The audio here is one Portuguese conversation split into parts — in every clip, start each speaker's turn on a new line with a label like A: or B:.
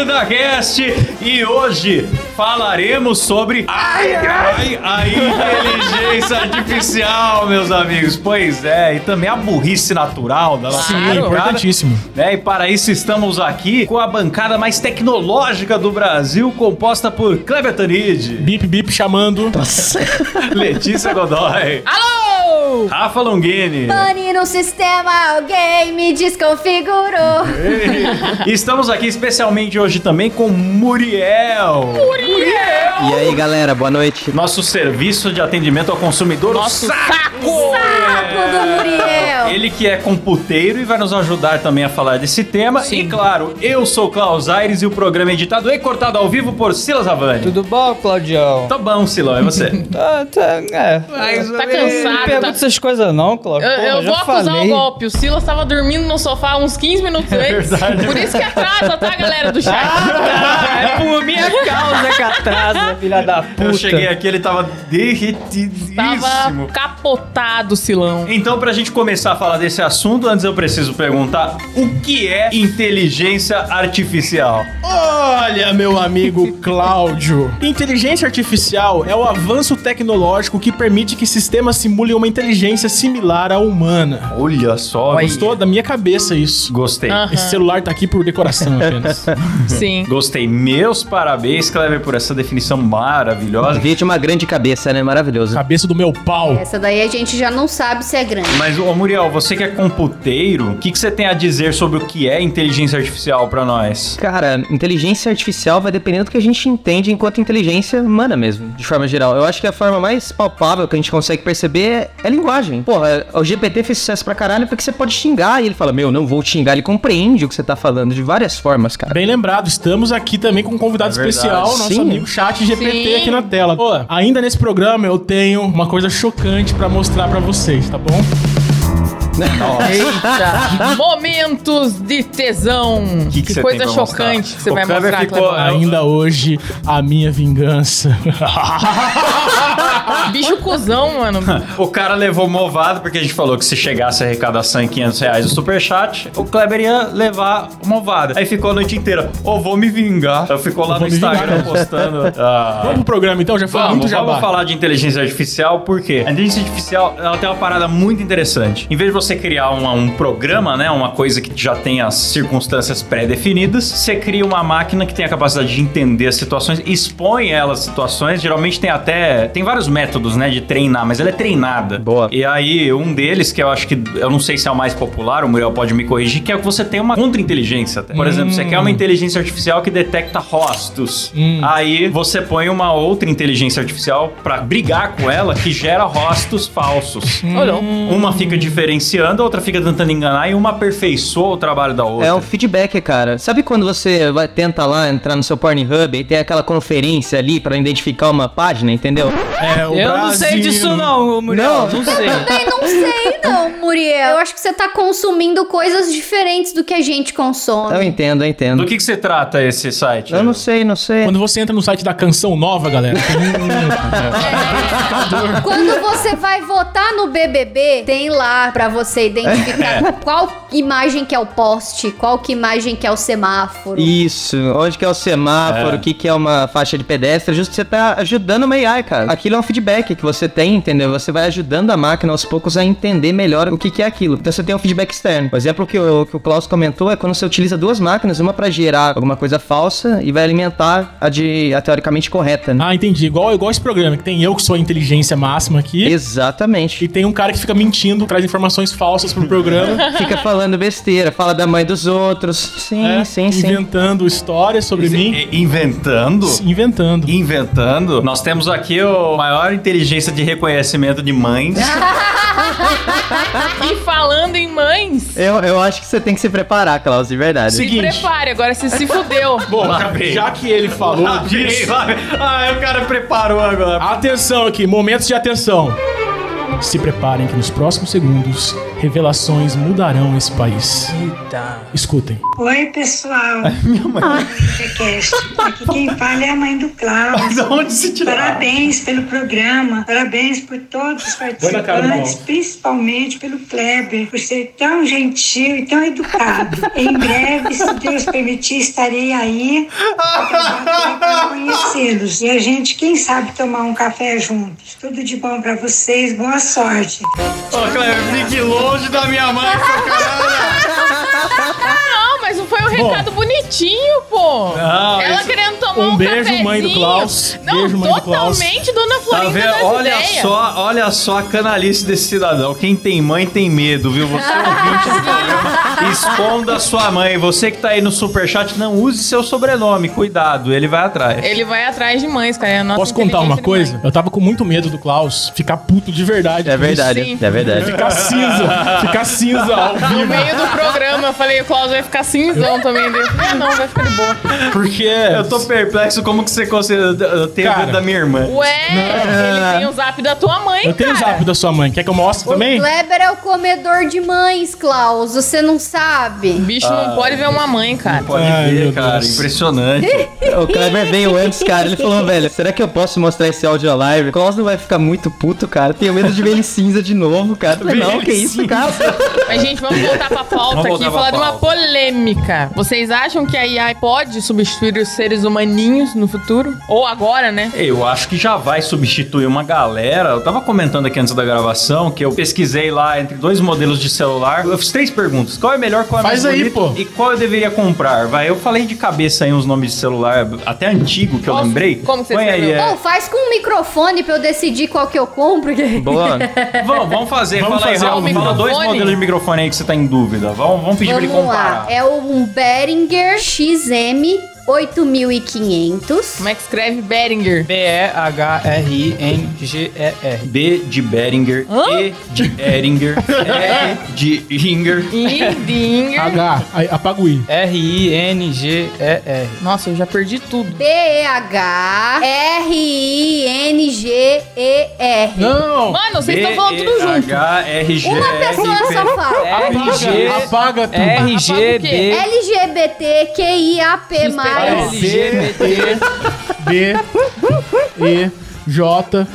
A: DubraCast um e hoje falaremos sobre ai, ai, a inteligência artificial, meus amigos. Pois é, e também a burrice natural da nossa
B: Sim,
A: molecada.
B: importantíssimo.
A: Né? E para isso estamos aqui com a bancada mais tecnológica do Brasil, composta por Kleber Tanid,
B: Bip bip chamando.
A: Letícia Godoy,
C: Alô!
A: Rafa Longini.
D: Pane no sistema, alguém me desconfigurou.
A: E estamos aqui especialmente hoje também com Muriel.
E: E aí, galera, boa noite.
A: Nosso serviço de atendimento ao consumidor.
C: Nosso
A: Sa-
C: saco!
D: Papo do Muriel.
A: Ele que é computeiro e vai nos ajudar também a falar desse tema. E claro, eu sou o Klaus Aires e o programa é editado e cortado ao vivo por Silas Avani.
F: Tudo bom, Claudião?
A: Tá bom, Silão, é você.
F: Ah, tá, é.
C: Tá
F: Não
C: cansado,
F: pergunta
C: tá...
F: essas coisas não, Claudio.
C: Eu,
F: Porra,
C: eu
F: já
C: vou acusar
F: falei.
C: o golpe. O Silas tava dormindo no sofá uns 15 minutos antes.
A: É verdade.
C: Por isso que atrasa, tá, galera do chat?
F: Ah, é por minha causa que atrasa, filha da puta.
A: Eu cheguei aqui, ele tava derretidíssimo.
C: Tava capotado, Silão.
A: Então, pra gente começar a falar desse assunto, antes eu preciso perguntar o que é inteligência artificial?
B: Olha, meu amigo Cláudio. Inteligência artificial é o avanço tecnológico que permite que sistemas simulem uma inteligência similar à humana.
A: Olha só,
B: Gostou da minha cabeça isso?
A: Gostei.
C: Aham.
B: Esse celular tá aqui por decoração apenas.
C: Sim.
A: Gostei. Meus parabéns, Kleber, por essa definição maravilhosa.
E: Vídeo é uma grande cabeça, né? Maravilhoso.
B: cabeça do meu pau.
D: Essa daí a gente já não sabe se é grande.
A: Mas, ô Muriel, você que é computeiro, o que, que você tem a dizer sobre o que é inteligência artificial pra nós?
E: Cara, inteligência artificial vai dependendo do que a gente entende enquanto inteligência humana mesmo, de forma geral. Eu acho que a forma mais palpável que a gente consegue perceber é a linguagem. Porra, o GPT fez sucesso pra caralho porque você pode xingar e ele fala, meu, não vou te xingar. Ele compreende o que você tá falando de várias formas, cara.
B: Bem lembrado, estamos aqui também com um convidado
A: É verdade.
B: especial, nosso
E: Sim.
B: amigo Chat GPT
C: Sim.
B: aqui na tela. Pô, ainda nesse programa eu tenho uma coisa chocante pra mostrar pra vocês, tá bom?
C: Eita! Momentos de tesão.
A: Que que você
C: coisa
A: tem pra
C: chocante
A: mostrar?
C: que você
A: O
C: vai
A: Kleber
C: mostrar,
A: ficou-
C: Cleber.
B: Ainda hoje, a minha vingança.
C: Ah, Bicho cuzão, mano.
A: O cara levou movado porque a gente falou que se chegasse a arrecadação em 500 reais do superchat, o Kleber ia levar movada. Aí ficou a noite inteira, ô, vou me vingar. Então ficou lá
B: Eu
A: no
B: vou me vingar.
A: Instagram postando. Ah,
B: Vamos pro programa então, já foi muito
A: Vamos,
B: jabá.
A: vamos falar de inteligência artificial, porque a inteligência artificial ela tem uma parada muito interessante. Em vez de você criar uma- um programa, né, uma coisa que já tem as circunstâncias pré-definidas, você cria uma máquina que tem a capacidade de entender as situações, expõe ela às situações. Geralmente tem até tem vários métodos, né, de treinar, mas ela é treinada.
E: Boa.
A: E aí um deles que eu acho que eu não sei se é o mais popular, o Muriel pode me corrigir, que é que você tem uma contra-inteligência. até. Por exemplo, você quer uma inteligência artificial que detecta rostos. Aí você põe uma outra inteligência artificial pra brigar com ela que gera rostos falsos.
C: Olha,
A: Uma fica diferenciando, a outra fica tentando enganar e uma aperfeiçoa o trabalho da outra.
E: É um feedback, cara. Sabe quando você vai tenta lá entrar no seu Pornhub e tem aquela conferência ali pra identificar uma página, entendeu?
B: É, o
F: Eu não sei
B: Brasil-
F: disso não, Muriel.
E: Não.
F: Não, sei.
D: Também não sei não, Muriel. Eu acho que você tá consumindo coisas diferentes do que a gente
E: Eu
D: consome.
E: entendo, eu
A: Do
E: entendo.
A: que, que se trata esse site?
E: Eu não sei, não sei.
B: Quando você entra no site da Canção Nova, galera, tem um-
D: Quando você vai votar no BBB, tem lá pra você identificar qual imagem que é o poste, qual que imagem que é o semáforo.
E: Isso, onde que é o semáforo,
A: É.
E: o que que é uma faixa de pedestre, justo você tá ajudando uma AI, cara. Aquilo é um feedback que você tem, entendeu? Você vai ajudando a máquina aos poucos a entender melhor o que que é aquilo. Então você tem um feedback externo. Por exemplo, o que o, que o Klaus comentou é quando você utiliza duas máquinas, uma pra gerar alguma coisa falsa e vai alimentar a de a teoricamente correta, né?
B: Ah, entendi. Igual, igual esse programa, que tem eu que sou a inteligência máxima aqui.
E: Exatamente.
B: E tem um cara que fica mentindo, traz informações falsas pro programa.
E: Fica falando besteira, fala da mãe dos outros. Sim,
B: né?
E: sim, sim.
B: Inventando histórias sobre mim.
A: E- é Inventando?
B: Inventando.
A: Inventando. Nós temos aqui o maior inteligência de reconhecimento de mães.
C: E falando em
A: É
C: mães,
E: Eu, eu acho que você tem que se preparar, Klaus, de verdade.
C: se
B: Seguinte.
C: prepare, agora você se fudeu.
B: Bom,
A: Lá
B: já-
A: vem.
B: já que ele falou
A: Lá vem,
B: disso.
A: Ah, lá vem. Ah, o cara é preparou agora.
B: Atenção aqui, momentos de atenção. Se preparem que nos próximos segundos, revelações mudarão esse país. Escutem.
G: Oi, pessoal.
A: Minha mãe.
G: Podcast. Aqui quem fala é a mãe do Klaus.
A: Da onde se tirou?
G: Parabéns pelo programa, parabéns por todos os
A: Põe na cara do
G: participantes,
A: Mauro.
G: principalmente pelo Kleber, por ser tão gentil e tão educado. Em breve, se Deus permitir, estarei aí pra para conhecê-los. E a gente, quem sabe, tomar um café juntos. Tudo de bom para vocês, boa sorte.
A: Ô, Cleber, fique longe da minha mãe, seu caralho.
C: Ah, Não, mas não foi um recado bonitinho, pô.
A: Não,
C: Ela
A: isso-
C: querendo tomar um
B: Um beijo,
C: cafezinho.
B: mãe do Klaus.
C: Não,
B: Beijo, mãe do Klaus.
C: totalmente Dona
A: Tá
C: Florinda
A: vendo?
C: das
A: Olha
C: ideias.
A: só, olha só a canalice desse cidadão. Quem tem mãe tem medo, viu? Você ouvinte do programa, exponda a sua mãe. Você que tá aí no superchat, não use seu sobrenome. Cuidado, ele vai atrás.
C: Ele vai atrás de mães, cara. É a nossa
B: Posso contar uma
C: inteligência de
B: coisa?
C: mãe.
B: Eu tava com muito medo do Klaus ficar puto de verdade.
E: É verdade,
C: Sim.
E: é verdade.
B: Ficar cinza, ficar cinza ao
C: No
B: vivo.
C: meio do programa, eu falei, o Klaus vai ficar cinzão também. Dele. Ah, não, vai ficar de boa.
B: Porque.
A: Eu tô perplexo como que você consegue eu tenho
B: Cara.
A: medo da minha irmã.
C: Ué, ele tem o zap da tua mãe,
B: Eu tenho o
C: cara.
B: zap da sua mãe. Quer que eu mostre também?
D: Kleber é o comedor de mães, Klaus. Você não sabe.
C: Bicho não pode ver uma mãe, cara.
A: Pode
B: Ai,
A: ver,
B: meu
A: cara.
B: Deus.
A: Impressionante.
E: O Kleber veio antes, cara. Ele falou, velho, será que eu posso mostrar esse áudio na live? O Klaus não vai ficar muito puto, cara. Tenho medo de ver ele cinza de novo, cara. Eu Falei,
A: Ver
E: não,
A: ele
E: que isso,
A: cinza.
E: cara.
C: Mas, gente, vamos voltar pra pauta
A: Vamos voltar
C: aqui
A: pra
C: e falar de uma
A: pauta.
C: polêmica. Vocês acham que a AI pode substituir os seres humaninhos no futuro? Ou agora, né?
A: Eu acho que já vai substituir uma galera. Eu tava comentando aqui antes da gravação que eu pesquisei lá entre dois modelos de celular. Eu fiz três perguntas. Qual é melhor, qual é
B: Faz
A: mais
B: aí,
A: bonito
B: pô.
A: e qual eu deveria comprar? Vai, eu falei de cabeça aí uns nomes de celular até antigo que eu
C: Qual-
A: lembrei.
C: como que você
A: Põe aí,
C: escreveu?
A: é.
D: Ou faz com um microfone pra eu decidir qual que eu compro. que-
E: Boa.
A: Vamos, vamos fazer.
B: Vamos
A: fala
B: fazer
A: aí,
B: um
A: Raul. Fala dois
C: microfone?
A: modelos de microfone aí que você tá em dúvida. Vamos, vamos pedir pra ele
D: Vamos
A: comparar.
D: lá. É o um Behringer XM 8500.
C: Como é que escreve Beringer?
F: B-E-H-R-I-N-G-E-R.
A: B de Beringer, E de Eringer, E de Ringer.
C: Indinger.
B: H, aí, apaga o I.
F: R-I-N-G-E-R.
C: Nossa, eu já perdi tudo.
D: B-E-H-R-I-N-G-E-R.
B: Não!
C: Mano, vocês estão falando tudo junto.
A: H-R-G.
D: Uma pessoa
A: é,
D: só fala.
F: R-G...
B: Apaga tudo.
A: É.
F: R-G-B...
D: LGBTQIAP+.
C: Ai,
B: LGBT, B, E, J.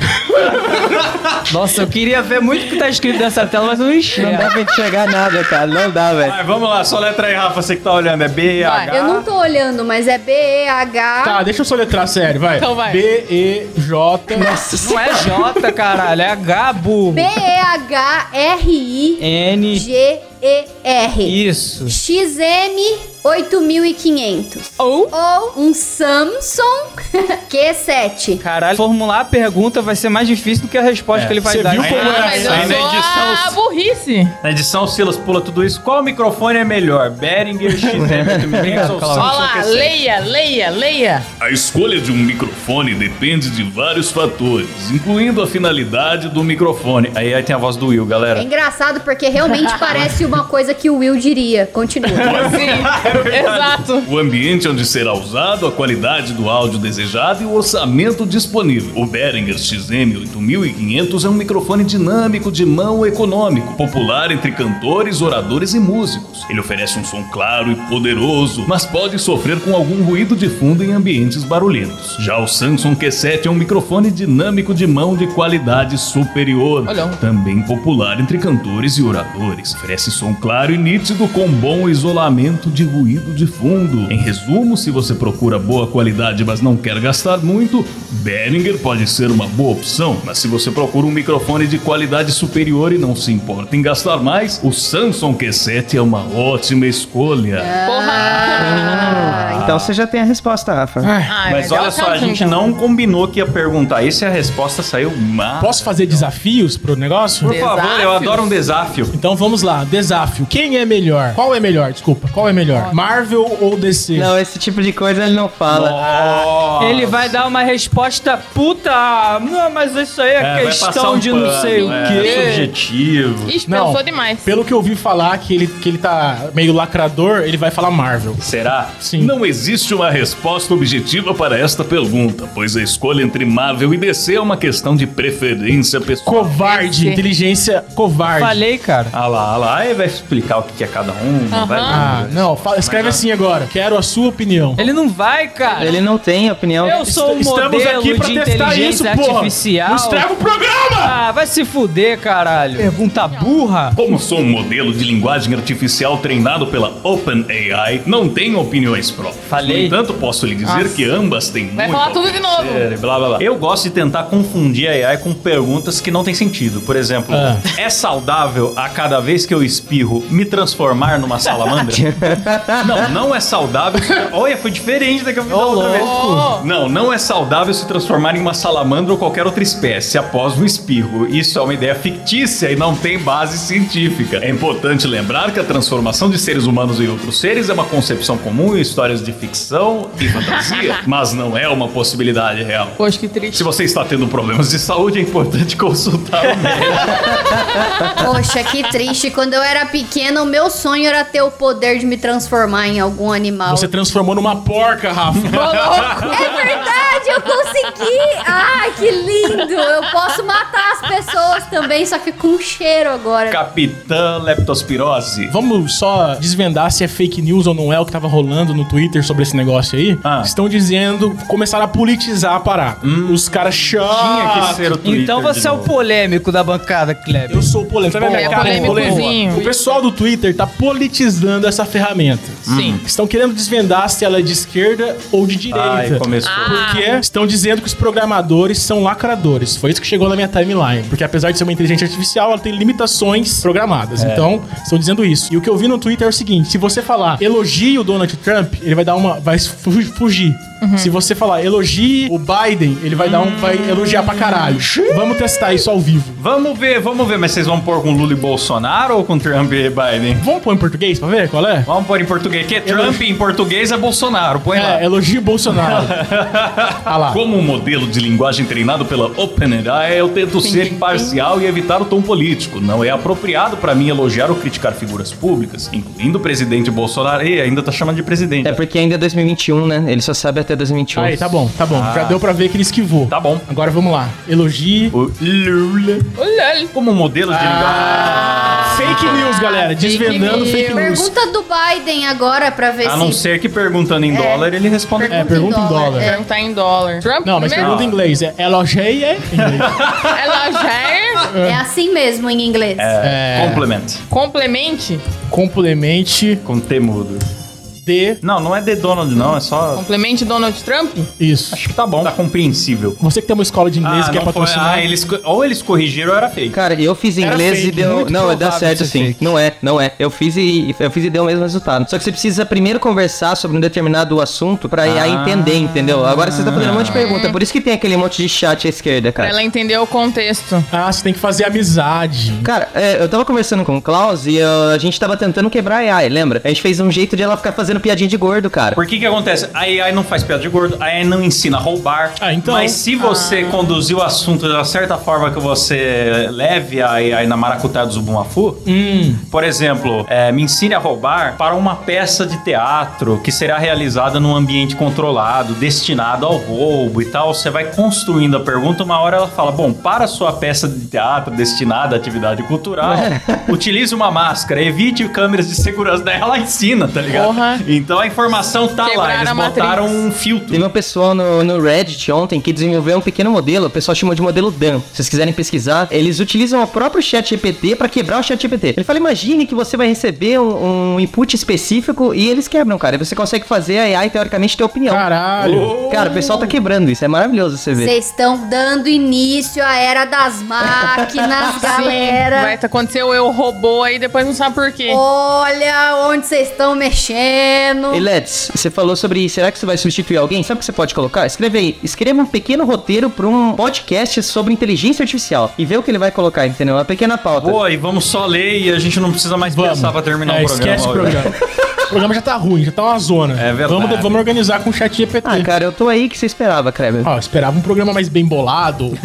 F: Nossa, eu queria ver muito o que tá escrito nessa tela, mas eu não
E: Não
F: enxergo.
E: dá pra enxergar nada, cara. Não dá, velho.
A: Vai, vamos lá, só letra aí, Rafa, você que tá olhando. É B,
C: Vai.
A: H.
D: Eu não tô olhando, mas é B-E-H...
B: Tá, deixa eu soletrar sério, vai.
C: Então vai.
B: B, E, J.
E: Nossa
F: Não é J, caralho, é H, burro.
D: B-E-H-R-I-G-E-R.
F: N... Isso.
A: Tá.
D: XM8500.
F: Ou...
D: Ou um Samsung Q7.
F: Caralho, formular a pergunta vai ser mais difícil do que a resposta
A: É,
F: que ele vai
B: você
F: dar.
B: viu
F: Ai,
B: como
C: Ah,
B: é?
C: mas eu
A: Aí na
C: sou a
A: edição-
C: burrice.
A: Na edição, o Silas pula tudo isso. Qual microfone é melhor? Behringer, X, ou
C: Olha
A: Samsung?
C: lá, leia, leia, leia.
H: A escolha de um microfone depende de vários fatores, incluindo a finalidade do microfone.
A: Aí, aí tem a voz do Will,
D: É
A: galera.
D: engraçado porque realmente parece uma coisa que o Will diria. Continua.
A: É
C: Sim, exato.
H: O ambiente onde será usado, a qualidade do áudio desejado e o orçamento disponível. O Behringer XM8500 é um microfone dinâmico de mão econômico, popular entre cantores, oradores e músicos. Ele oferece um som claro e poderoso, mas pode sofrer com algum ruído de fundo em ambientes barulhentos. Já o Samsung Q7 é um microfone dinâmico de mão de qualidade superior,
C: Olha.
H: também popular entre cantores e oradores. Oferece som claro e nítido com bom isolamento de ruído de fundo. Em resumo, se você procura boa qualidade, mas não quer gastar muito, Behringer pode ser uma boa opção. Mas se você procura um microfone de qualidade superior e não se importa em gastar mais, o Samsung Q7 é uma ótima escolha.
C: Porra.
E: Então você já tem a resposta, Rafa.
C: Ai,
A: Ah. Mas
C: é o
A: olha só, a
C: Samsung,
A: gente
C: então.
A: não combinou que ia perguntar isso e a resposta saiu má.
B: Posso fazer desafios pro negócio?
A: Por favor, eu
C: Desafios?
A: adoro um desafio.
B: Então vamos lá. desafio. Quem é melhor? Qual é melhor? Desculpa. Qual é melhor? Marvel ou DC?
E: Não, esse tipo de coisa ele não fala.
F: Ele vai dar uma resposta puta. Não, mas isso aí é,
A: É, vai passar
F: questão
A: um
F: de não
A: pano,
F: sei o
A: é,
F: quê.
A: Subjetivo.
C: Expensou demais.
B: Pelo que eu ouvi falar, que ele, que ele tá meio lacrador, ele vai falar Marvel.
A: Será?
B: Sim.
H: Não existe uma resposta objetiva para esta pergunta, pois a escolha entre Marvel e DC é uma questão de preferência pessoal.
B: Covarde. Inteligência covarde.
F: Falei, cara.
A: Ah lá, ah lá, aí vai explicar o que que é cada um. não vai-
B: Ah, não. fala- escreve assim agora. Quero a sua opinião.
F: Ele não vai, cara.
E: Ele não tem opinião.
F: Eu sou um
B: Estamos
F: modelo
B: aqui pra
F: de
B: testar
F: inteligência
B: isso, porra.
F: artificial.
B: Não estraga o é um programa!
F: Ah, vai se fuder, caralho. Pergunta burra.
H: Como sou um modelo de linguagem artificial treinado pela OpenAI, não tenho opiniões próprias.
F: Falei.
H: No entanto, posso lhe dizer que ambas têm
C: Vai
H: muito
C: falar tudo
H: a
C: de novo.
A: é
H: oferecer, Blá, blá, blá.
A: Eu gosto de tentar confundir a AI com perguntas que não têm sentido. Por exemplo,
B: Ah.
A: é saudável a cada vez que eu espirro me transformar numa salamandra? não, não é saudável. Olha, foi diferente da que eu vi da outra vez. Não, não é saudável se transformar em uma salamandra ou qualquer outra espécie após um espirro. Isso é uma ideia fictícia e não tem base científica.
H: É importante lembrar que a transformação de seres humanos em outros seres é uma concepção comum em histórias de ficção e fantasia, mas não é uma possibilidade real.
C: Poxa, que triste.
H: Se você está tendo
A: um
H: problemas de saúde, é importante consultar o médico.
D: Poxa, que triste. Quando eu era pequena, o meu sonho era ter o poder de me transformar em algum animal.
A: tá-
B: Você transformou numa porca, Rafa.
D: É verdade, eu consegui! Ai, que lindo! Eu posso matar as pessoas também, só que com cheiro agora.
A: Capitã Leptospirose.
B: Vamos só desvendar se é fake news ou não é o que tava rolando no Twitter sobre esse negócio aí.
A: Ah. Hum.
B: Estão dizendo, começaram a politizar a parada. Os caras
A: Tinha que
B: chato.
A: ser o Twitter
F: Então você
A: de
F: é o
A: novo.
F: polêmico da bancada, Kleber.
B: Eu sou polêmico. Tá vendo minha
C: É
B: cara de
C: polêmicozinho.
B: polêmico? O pessoal do Twitter tá politizando essa ferramenta.
F: Sim.
A: Hum.
B: Estão querendo desvendar se ela é de esquerda ou de
A: Ai,
B: direita.
A: começou.
B: Porque estão dizendo que os programadores são lacradores. Foi isso que chegou na minha timeline. Porque apesar de ser uma inteligência artificial, ela tem limitações programadas.
A: É.
B: Então, estão dizendo isso. E o que eu vi no Twitter é o seguinte: se você falar elogie o Donald Trump, ele vai dar uma. vai fu- fugir. Se você falar elogie o Biden, ele vai dar um. vai elogiar pra caralho. Vamos testar isso ao vivo.
A: Vamos ver, vamos ver, mas vocês vão pôr com Lula e Bolsonaro ou com Trump e Biden?
B: Vamos pôr em português pra ver qual é?
A: Vamos pôr em português, que é Trump em português é Bolsonaro, põe lá.
B: É, elogie o Bolsonaro. ah
F: é.
B: lá.
H: Como um modelo de linguagem treinado pela OpenAI, eu tento ser imparcial e evitar o tom político. Não é apropriado para mim elogiar ou criticar figuras públicas, incluindo o presidente Bolsonaro. E ainda tá chamando de presidente.
E: É porque ainda é 2021, né? Ele só sabe até 2021.
B: Aí, tá bom, tá bom. Já deu pra ver que ele esquivou.
A: Ah. Tá bom.
B: Agora vamos lá. Elogie.
A: O Lula.
C: Olha ele.
A: Como um modelo de
F: Ah,
B: Fake news, galera. Desvendando
C: news.
B: fake news.
D: Pergunta do Biden agora pra ver
A: linguagem. A não
D: se.
A: ser que perguntando em dólar, ele responde.
B: É, pergunta em dólar.
D: É.
C: Perguntar em dólar. Trump
B: Não, mas
C: primeiro.
B: pergunta em inglês. É elogie é inglês.
C: Ela já é
D: É assim mesmo em inglês.
A: É. Complement.
C: complemente.
B: Complemente
A: Com T mudo.
B: de.
A: Não, não é de Donald, não. É só.
C: Complemente Donald Trump?
B: Isso.
A: Acho que tá bom. Tá compreensível.
B: Você que tem uma escola de inglês
A: Ah,
B: que é
A: não foi-
B: patrocinar.
A: ah, eles, co- ou eles corrigiram ou era fake.
E: Cara, eu fiz
B: Era
E: inglês
B: fake,
E: e deu.
B: muito
E: Não, dá
B: provável
E: certo
B: ser
E: sim.
B: fake.
E: Não é, não é. Eu fiz e eu fiz e deu o mesmo resultado. Só que você precisa primeiro conversar sobre um determinado assunto pra
B: Ah.
E: IA entender, entendeu? Agora você tá fazendo um monte de pergunta. Por isso que tem aquele monte de chat à esquerda,
C: Pra
A: É.
E: cara.
C: ela é entender o contexto.
B: Ah, você tem que fazer amizade.
E: Cara, é, eu tava conversando com o Klaus e eu- a gente tava tentando quebrar a AI, lembra? A gente fez um jeito de ela ficar fazendo piadinha de gordo, cara.
A: Por que que acontece? A AI não faz piada de gordo, a AI não ensina a roubar.
B: Ah, então.
A: Mas se você conduzir o assunto de uma certa forma que você leve a AI na maracutaia do Zubumafu, por exemplo, é, me ensine a roubar para uma peça de teatro que será realizada num ambiente controlado, destinado ao roubo e tal, você vai construindo a pergunta, uma hora ela fala, bom, para a sua peça de teatro destinada à atividade cultural,
B: É.
A: utilize uma máscara, evite câmeras de segurança, daí ela ensina, tá ligado?
C: Porra.
A: Então a informação tá lá,
C: Quebraram
A: eles
C: a matriz.
A: botaram um filtro.
E: Teve um pessoal no, no Reddit ontem que desenvolveu um pequeno modelo, o pessoal chamou de modelo Dan. Se vocês quiserem pesquisar, eles utilizam o próprio chat GPT pra quebrar o chat GPT. Ele fala, imagine que você vai receber um, um input específico e eles quebram, cara. E você consegue fazer a AI, teoricamente, ter opinião.
A: Então,
B: Caralho.
E: Cara, o pessoal tá quebrando isso, é maravilhoso você ver.
D: Vocês estão dando início à era das máquinas,
C: Sim,
D: galera.
C: Vai acontecer o eu robô aí, depois não sabe por quê.
D: Olha onde vocês estão mexendo.
E: E Let's, você falou sobre será que você vai substituir alguém? Sabe o que você pode colocar? Escreve aí, escreva um pequeno roteiro para um podcast sobre inteligência artificial e vê o que ele vai colocar, entendeu? Uma pequena pauta.
A: Boa, e vamos só ler e a gente não precisa mais
B: Vamos.
A: pensar pra terminar
B: É,
A: o programa.
B: Esquece o
A: hoje.
B: programa. o programa já tá ruim, já tá uma zona.
A: É verdade.
B: Vamos, vamos organizar com o chat GPT.
E: Ah, cara, eu tô aí que você esperava, Kleber.
B: Ó, eu esperava um programa mais bem bolado.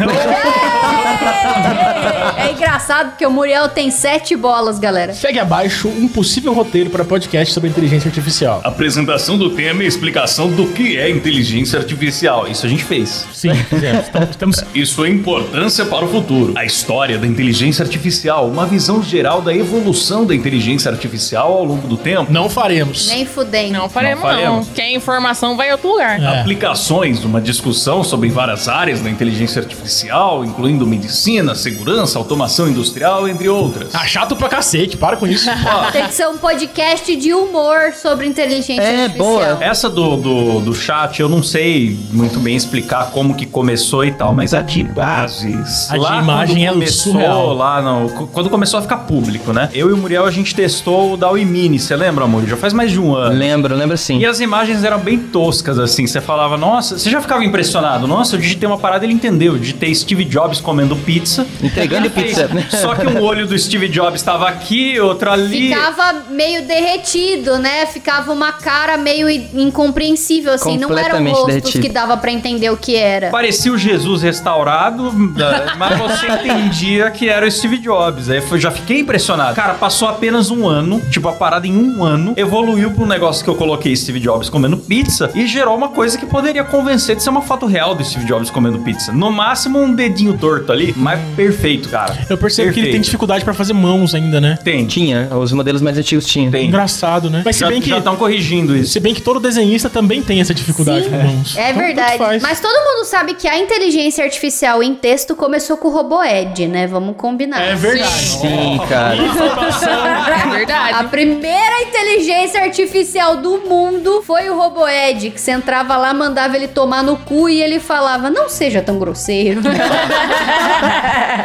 D: É engraçado porque o Muriel tem sete bolas, galera.
B: Segue abaixo um possível roteiro para podcast sobre inteligência artificial.
H: Apresentação do tema e explicação do que é inteligência artificial. Isso a gente fez.
B: Sim, fizemos. Então, estamos
H: E sua é importância para o futuro. A história da inteligência artificial, uma visão geral da evolução da inteligência artificial ao longo do tempo.
B: Não faremos.
D: Nem fudendo.
C: Não faremos,
H: Não
C: não.
H: faremos.
C: Quem é informação vai em outro lugar.
B: É.
H: Aplicações, uma discussão sobre várias áreas da inteligência artificial, incluindo medicina, segurança, automação industrial, entre outras.
B: Tá chato pra cacete, para com isso.
D: Tem que ser um podcast de humor sobre inteligência
E: É,
D: artificial.
E: boa.
A: Essa do, do, do chat, eu não sei muito bem explicar como que começou e tal, mas a de bases.
B: A de
A: lá
B: imagem
A: quando
B: é
A: começou,
B: surreal.
A: lá no, cu- Quando começou a ficar público, né? Eu e o Muriel, a gente testou o da Mini, você lembra, amor? Já faz mais de um ano.
E: Lembro, lembro assim, sim.
A: E as imagens eram bem toscas, assim. Você falava, nossa, você já ficava impressionado. Nossa, eu digitei uma parada e ele entendeu. Eu digitei Steve Jobs comendo pizza.
E: Entregando pizza.
A: Só que um olho do Steve Jobs estava aqui, outro ali.
D: Ficava meio derretido, né? Ficava uma cara meio i- incompreensível, assim. Não eram
E: Completamente
D: rostos
E: derretido.
D: que dava pra entender o que era.
A: Parecia o Jesus restaurado, da- mas você entendia que era o Steve Jobs. Aí foi- já fiquei impressionado. Cara, passou apenas um ano, tipo, a parada em um ano, evoluiu pro negócio que eu coloquei Steve Jobs comendo pizza e gerou uma coisa que poderia convencer de ser uma foto real do Steve Jobs comendo pizza. No máximo um dedinho torto ali, mas perfeito, cara.
B: Eu percebo que ele tem
A: Perfeito.
B: dificuldade pra fazer mãos ainda, né?
A: Tem,
E: Tinha, os modelos mais antigos tinham.
A: tem.
B: Engraçado, né? Mas se
A: Já tá um
B: bem que,
A: estão corrigindo isso.
B: se bem que todo desenhista também tem essa dificuldade com mãos.
D: É
B: Então, tanto
D: verdade.
B: faz.
D: Mas todo mundo sabe que a inteligência artificial em texto começou com o Roboed, né? Vamos combinar.
B: É verdade.
E: Sim, cara.
C: É
D: A
C: verdade.
D: primeira inteligência artificial do mundo foi o Roboed, que você entrava lá, mandava ele tomar no cu e ele falava: Não seja tão grosseiro.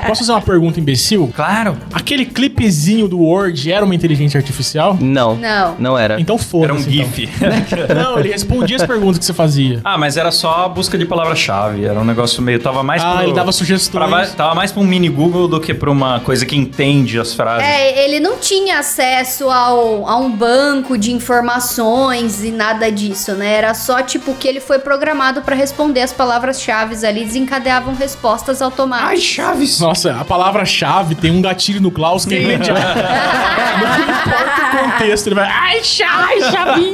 B: Posso fazer uma pergunta imbecil?
A: Claro.
B: Aquele clipezinho do Word era uma inteligência artificial?
E: Não.
D: Não.
E: Não era.
B: Então
A: Era um
B: foda-se. então.
A: GIF.
B: Não, ele respondia as perguntas que você fazia.
A: Ah, mas era só a busca de palavra-chave. Era um negócio meio. Tava mais
B: Ah,
A: pro-
B: ele dava sugestões.
A: pra vai- tava mais pra um mini Google do que pra uma coisa que entende as frases.
D: É, ele não tinha acesso ao, a um banco de informações e nada disso, né? Era só tipo que ele foi programado pra responder as palavras-chave ali, desencadeavam respostas automáticas.
A: chaves!
B: Nossa, a palavra-chave tem um gatilho no Klaus que é imediato. Não importa o contexto, ele vai. Ai, chave!
C: Ai, chavinho.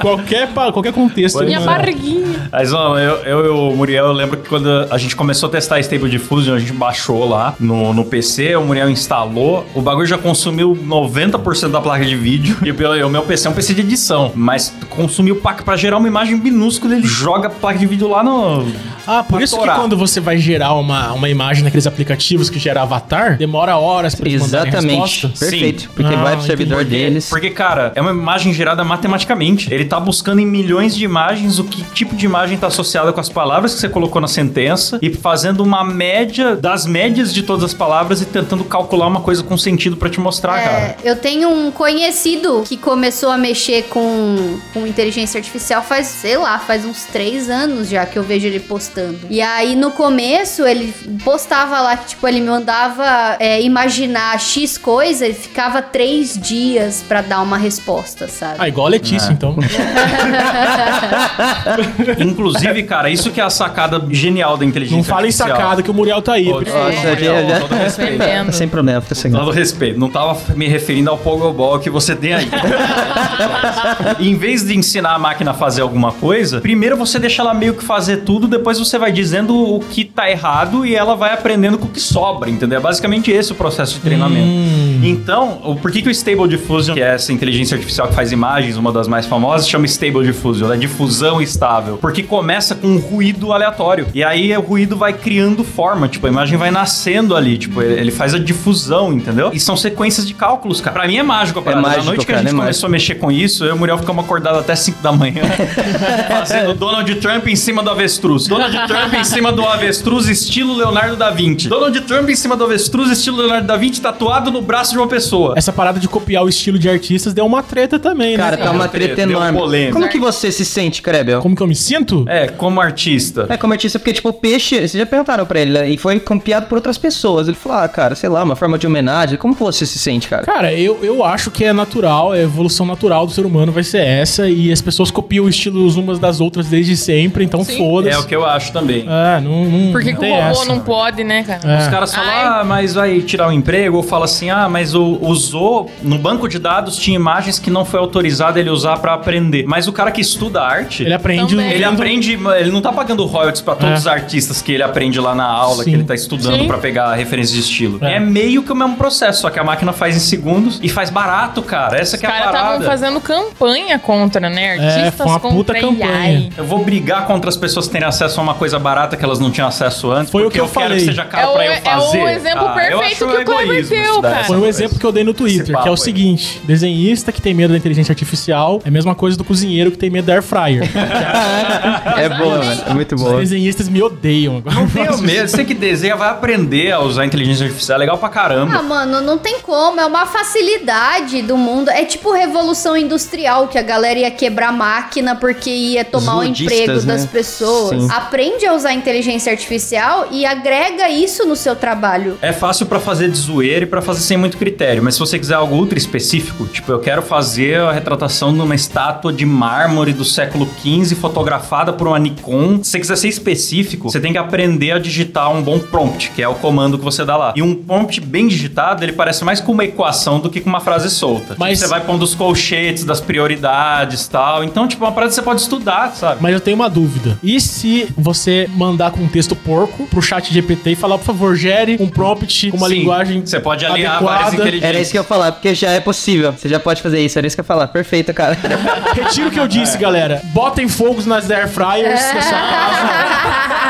B: Qualquer, pa- qualquer contexto. ele
C: Minha
B: manda.
C: barriguinha.
A: Mas, ó, eu, eu e o Muriel, eu lembro que quando a gente começou a testar Stable Diffusion, a gente baixou lá no, no PC, o Muriel instalou, o bagulho já consumiu 90% da placa de vídeo. E o meu PC é um PC de edição, mas consumiu pra, pra gerar uma imagem minúscula, ele joga a placa de vídeo lá no.
B: Ah, por
A: pra
B: isso
A: torar.
B: que quando você vai gerar uma, uma imagem naqueles aplicativos que gera avatar, demora horas pra eles mandarem
E: Exatamente.
B: resposta.
E: Perfeito.
A: Sim.
E: Porque
B: Ah,
E: vai pro servidor
B: entendi.
E: deles.
A: Porque, cara, é uma imagem gerada matematicamente. Ele tá buscando em milhões de imagens o que tipo de imagem tá associada com as palavras que você colocou na sentença e fazendo uma média das médias de todas as palavras e tentando calcular uma coisa com sentido pra te mostrar, cara.
D: É, eu tenho um conhecido que começou a mexer com, com inteligência artificial faz, sei lá, faz uns três anos já que eu vejo ele postando. E aí no começo ele postava lá que, tipo, ele me mandava é, imaginar X coisa e ficava três dias pra dar uma resposta, sabe?
B: Ah, igual a Letícia, então.
A: Inclusive, cara, isso que é a sacada genial da inteligência
B: Não fala em
A: artificial.
B: sacada que o Muriel tá aí.
A: Ô,
E: Nossa,
A: Muriel,
E: já- já-
A: todo respeito.
C: Bebendo.
E: Sem problema, fica sem
A: Todo respeito, não tava me referindo ao Pogobol que você tem aí. em vez de ensinar a máquina a fazer alguma coisa, primeiro você deixa ela meio que fazer tudo, depois você vai dizendo o que tá errado e ela vai aprendendo com o que sobra, entendeu? É basicamente esse o processo de treinamento. Então, o- por que, que o Stable Diffusion, que é essa inteligência artificial que faz imagens, uma das mais famosas, chama Stable Diffusion, é difusão estável? Porque começa com um ruído aleatório. E aí o ruído vai criando forma, tipo, a imagem vai nascendo ali, tipo, ele ele faz a difusão, entendeu? E são sequências de cálculos, cara. Pra mim é mágico, cara. Na
E: mágico,
A: noite que a
E: cara,
A: gente
E: é mágico.
A: começou a mexer com isso, eu e o Muriel ficamos acordados até 5 da manhã, fazendo Donald Trump em cima do avestruz. Donald Trump em cima do avestruz, estilo Leonardo da Vinci. Donald Trump em em cima do avestruz, estilo Leonardo da Vinci, tatuado no braço de uma pessoa.
B: Essa parada de copiar o estilo de artistas deu uma treta também,
E: Cara,
B: né?
E: tá uma
A: Deu treta,
E: treta
A: deu
E: enorme.
A: polêmica.
E: Como que você se sente, Krebel?
B: Como que eu me sinto?
A: É, como artista.
E: É, como artista, porque, tipo, o peixe, vocês já perguntaram pra ele, né? E foi copiado por outras pessoas. Ele falou, ah, cara, sei lá, uma forma de homenagem. Como você se sente, cara?
B: Cara, eu, eu acho que é natural, a evolução natural do ser humano vai ser essa, e as pessoas copiam estilos umas das outras desde sempre, então
C: Sim.
A: É o
B: foda-se.
A: que eu acho também.
B: Ah, não, não,
C: Por que
B: não
C: que o
B: tem
C: robô
B: essa.
C: não pode, né, cara?
B: É.
A: Os caras falam,
C: Ai.
A: ah, mas vai tirar o emprego, ou fala assim, ah, mas o, usou, no banco de dados tinha imagens que não foi autorizado ele usar pra aprender. Mas o cara que estuda arte,
B: Ele aprende... um,
C: Também.
A: ele
B: aprende-
A: aprende, ele não tá pagando royalties pra todos
B: É.
A: os artistas que ele aprende lá na aula,
B: Sim.
A: que ele tá estudando
C: Sim.
A: pra pegar referência de estilo.
B: É.
A: É. meio que o mesmo processo, só que a máquina faz em segundos e faz barato, cara. Essa
C: Os
A: que é a
C: caras estavam
A: parada.
C: fazendo campanha contra, né?
B: É,
C: Artistas
B: foi uma
C: contra
B: puta
C: AI.
B: campanha.
A: Eu vou brigar contra as pessoas terem acesso a uma coisa barata que elas não tinham acesso antes,
B: Foi o
A: porque
B: que eu
A: eu, quero
B: falei.
A: que seja caro
C: É o-
A: pra
C: é
A: eu
C: o
A: fazer. Ah,
C: exemplo
A: eu
C: perfeito
A: acho
C: que o Kleber
A: egoísmo
C: deu,
A: isso daí,
C: cara.
A: essa
B: Foi um
A: coisa.
B: exemplo que eu dei no
A: Esse
B: Twitter, que
A: papo
B: é o
A: aí.
B: seguinte: desenhista que tem medo da inteligência artificial é a mesma coisa do cozinheiro que tem medo da air fryer.
E: é boa, velho. É muito
B: Os
E: boa.
B: desenhistas me odeiam agora.
A: Não tenho medo, você que desenha vai aprender a usar a inteligência artificial, é legal pra caramba.
D: Ah, mano, não tem como. É uma facilidade do mundo. É tipo revolução industrial, que a galera ia quebrar máquina porque ia tomar o
E: ludistas,
D: emprego
E: né?
D: das pessoas.
E: Sim.
D: Aprende a usar a inteligência artificial e agrega isso no seu trabalho.
A: É fácil pra fazer de zoeira e pra fazer sem muito critério, mas se você quiser algo ultra específico, tipo, eu quero fazer a retratação de uma estátua de mármore do século XV fotografada por uma Nikon. Se você quiser ser específico, você tem que aprender a digitar um bom prompt, que é o comando que você dá lá. E um prompt bem digitado, ele parece mais com uma equação do que com uma frase solta. Tipo,
B: Mas-
A: você vai pondo os colchetes das prioridades tal. Então, tipo, é uma parada que você pode estudar, sabe?
B: Mas eu tenho uma dúvida. E se você mandar com um texto porco pro chat GPT e falar, por favor, gere um prompt com uma
A: Sim,
B: linguagem.
A: Você pode alinhar
B: adequada.
A: várias inteligências.
E: Era isso que eu ia falar, porque já é possível. Você já pode fazer isso, era isso que eu ia falar. Perfeito, cara.
B: Retiro o que eu
A: É.
B: disse, galera. Botem fogos nas air fryers
C: É.
B: da sua casa.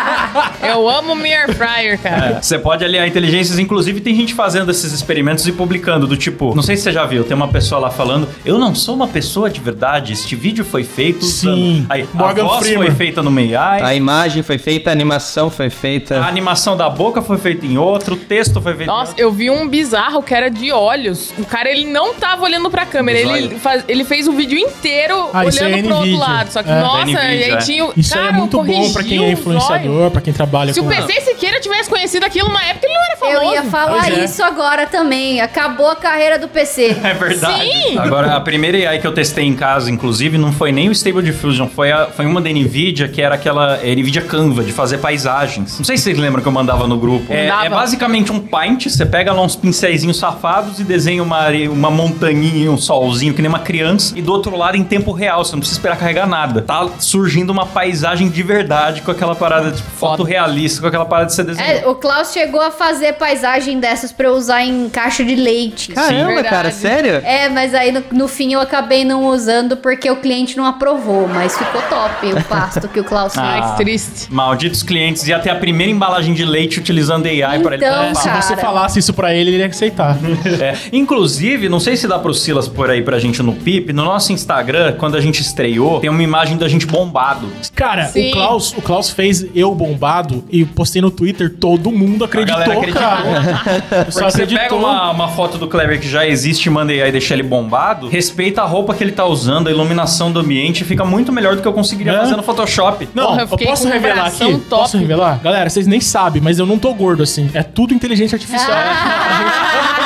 C: Eu amo minha air fryer, cara.
A: É, Você pode aliar inteligências, inclusive tem gente fazendo esses experimentos e publicando, do tipo, não sei se você já viu, tem uma pessoa lá falando, eu não sou uma pessoa de verdade, este vídeo foi feito usando-"
B: Sim,
A: Aí,
B: Morgan
A: a voz
B: Freeman.
A: foi feita no AI, Ah,
E: A imagem foi feita, a animação foi
A: a
E: feita.
A: animação da boca foi feita em outro, o texto foi
B: É.
A: feito
C: Nossa,
A: em outro.
C: eu vi um bizarro que era de olhos. O cara, ele não tava olhando pra câmera.
A: Dos
C: Ele,
A: olhos.
C: faz- ele fez o vídeo inteiro
B: Ah, isso
C: olhando
B: é
C: pro outro
B: NVIDIA.
C: lado. Só que,
B: É.
C: nossa,
A: Da
C: e
A: NVIDIA,
C: aí
A: é.
C: tinha... o-
B: Isso aí é
C: Cara,
B: muito bom pra quem
C: corrigiu
B: é
C: os olhos.
B: influenciador, pra quem trabalha
C: Se o
B: com.
C: PC Siqueira tivesse conhecido aquilo numa época, ele não era famoso.
D: Eu ia falar
B: Pois é.
D: isso agora também. Acabou a carreira do PC.
A: É verdade.
C: Sim!
A: Agora, a primeira AI que eu testei em casa, inclusive, não foi nem o Stable Diffusion, foi, a- foi uma da NVIDIA, que era aquela é, NVIDIA Canva, de fazer paisagens. Não sei se vocês lembram que eu mandava no grupo. É,
C: Mandava.
A: é basicamente um paint, você pega lá uns pincéis safados e desenha uma, are- uma montanhinha, um solzinho, que nem uma criança, e do outro lado, em tempo real, você não precisa esperar carregar nada. Tá surgindo uma paisagem de verdade com aquela parada, tipo, foto realista, com aquela parada de você desenhar.
D: É, o Klaus chegou a fazer paisagem dessas pra eu usar em caixa de leite.
E: Caramba,
C: Verdade.
E: cara, sério?
D: É, mas aí no, no fim eu acabei não usando porque o cliente não aprovou, mas ficou top o pasto que o Klaus fez.
A: Ah,
C: Ai, que triste.
A: Malditos clientes, ia ter a primeira embalagem de leite utilizando AI para ele
D: Então,
A: tampar.
B: Se você
D: Cara.
B: falasse isso pra ele, ele ia aceitar.
A: É. Inclusive, não sei se dá pro Silas por aí pra gente no PIP, no nosso Instagram, quando a gente estreou, tem uma imagem da gente bombado.
B: Cara,
C: Sim.
B: o Klaus, o Klaus fez eu bombado e postei no Twitter, todo mundo acreditou,
A: galera acreditou.
B: cara. O pessoal
A: Porque você pega
B: acreditou.
A: uma, uma foto do Kleber que já existe, manda aí e deixa ele bombado, respeita a roupa que ele tá usando, a iluminação do ambiente, fica muito melhor do que eu conseguiria
B: É.
A: fazer no Photoshop.
B: Não,
C: Porra, eu
B: eu,
C: fiquei
B: posso
C: com um
B: revelar
C: bração
B: aqui?
C: top.
B: Posso revelar? Galera, vocês nem sabem, mas eu não tô gordo assim. É tudo inteligência artificial. né?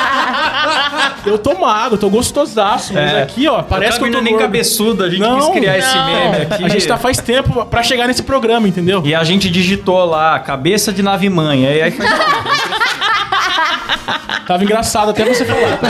B: eu tô magro, tô gostosaço, mas
A: É.
B: aqui, ó, parece
A: eu
B: que
A: também
B: eu tô
A: não é nem
B: gordo.
A: cabeçuda, a gente
B: Não,
A: quis criar esse
C: não.
A: meme aqui.
B: A gente tá faz tempo pra chegar nesse programa, entendeu?
A: E a gente digitou lá, cabeça de nave mãe. Aí, aí
B: Tava engraçado até você falar. tá?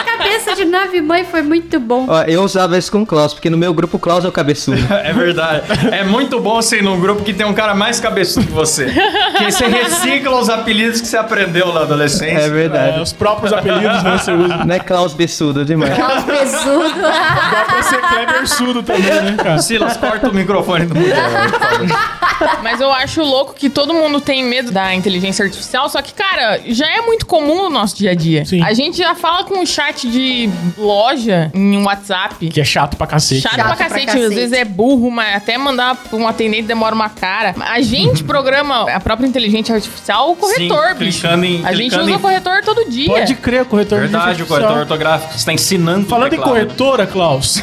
D: A cabeça de nave mãe foi muito bom.
E: Ó, eu usava isso com o Klaus, porque no meu grupo o Klaus é o cabeçudo.
A: É verdade. É muito bom você ir num grupo que tem um cara mais cabeçudo que você. Que aí você recicla os apelidos que você aprendeu na adolescência.
E: É verdade.
B: É, os próprios apelidos, né? Você usa.
E: Não é Klaus Bessudo demais.
D: Klaus Pesudo.
B: Dá pra ser Kleber surdo também, né, cara?
A: Silas, corta o microfone do mundo.
C: É um Mas eu acho louco que todo mundo tem medo da inteligência artificial, só que, cara, já é muito comum no nosso dia a dia.
B: Sim.
C: A gente já fala com o chat de de loja em WhatsApp.
B: Que é chato pra cacete.
C: Chato,
B: né?
C: pra,
D: pra
C: cacete. às
D: cacete.
C: vezes é burro, mas até mandar pra um atendente demora uma cara. A gente programa a própria inteligência artificial o corretor,
A: Sim,
C: bicho.
A: clicando em-
C: a gente
A: clicando
C: usa
A: em-
C: o corretor todo dia.
B: Pode crer, corretor de
A: Verdade, o
B: justiça
A: corretor
B: artificial.
A: ortográfico. Você tá ensinando. o
B: Falando em
A: teclado.
B: corretora, Klaus,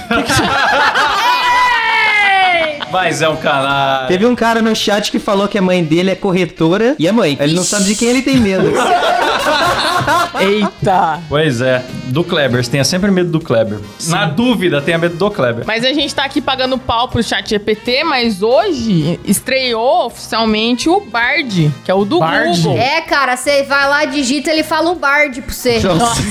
A: Mas é um canal.
E: Teve um cara no chat que falou que a mãe dele é corretora e é mãe. Ele não sabe de quem ele tem medo.
F: Eita!
A: Pois é, do Kleber. Você tenha sempre medo do Kleber. Na dúvida, tenha medo do Kleber.
C: Mas a gente tá aqui pagando pau pro chat GPT, mas hoje estreou oficialmente o Bard, que é o do
B: Bard?
C: Google.
D: É, cara, você vai lá, digita, ele fala um bard pra você.
E: Nossa.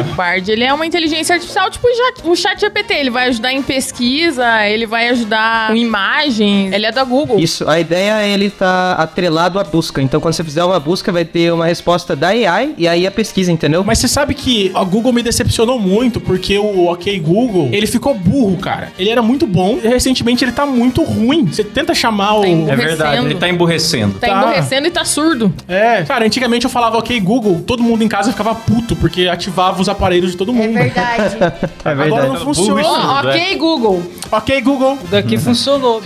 C: O Bard, ele é uma inteligência artificial, tipo já- o chat GPT. Ele vai ajudar em pesquisa, ele vai ajudar com imagens. Ele é da Google.
E: Isso, a ideia é ele tá atrelado à busca. Então, quando você fizer uma busca, vai ter uma resposta da AI e aí a pesquisa, entendeu?
B: mas você sabe que a Google me decepcionou muito, porque o OK Google, ele ficou burro, cara. Ele era muito bom e recentemente ele tá muito ruim. Você tenta chamar o.
A: É
C: Tem. Emburrecendo.
A: verdade, ele tá emburrecendo.
C: Tá
B: Tá.
C: emborrecendo e tá surdo.
B: É, cara, antigamente eu falava OK Google, todo mundo em casa ficava puto, porque ativava os aparelhos de todo
D: É
B: mundo.
D: verdade.
A: É
B: Agora não
A: Burro e
B: funciona.
A: surdo,
C: Ó,
A: é.
C: ok, Google.
B: OK Google.
F: Daqui funcionou.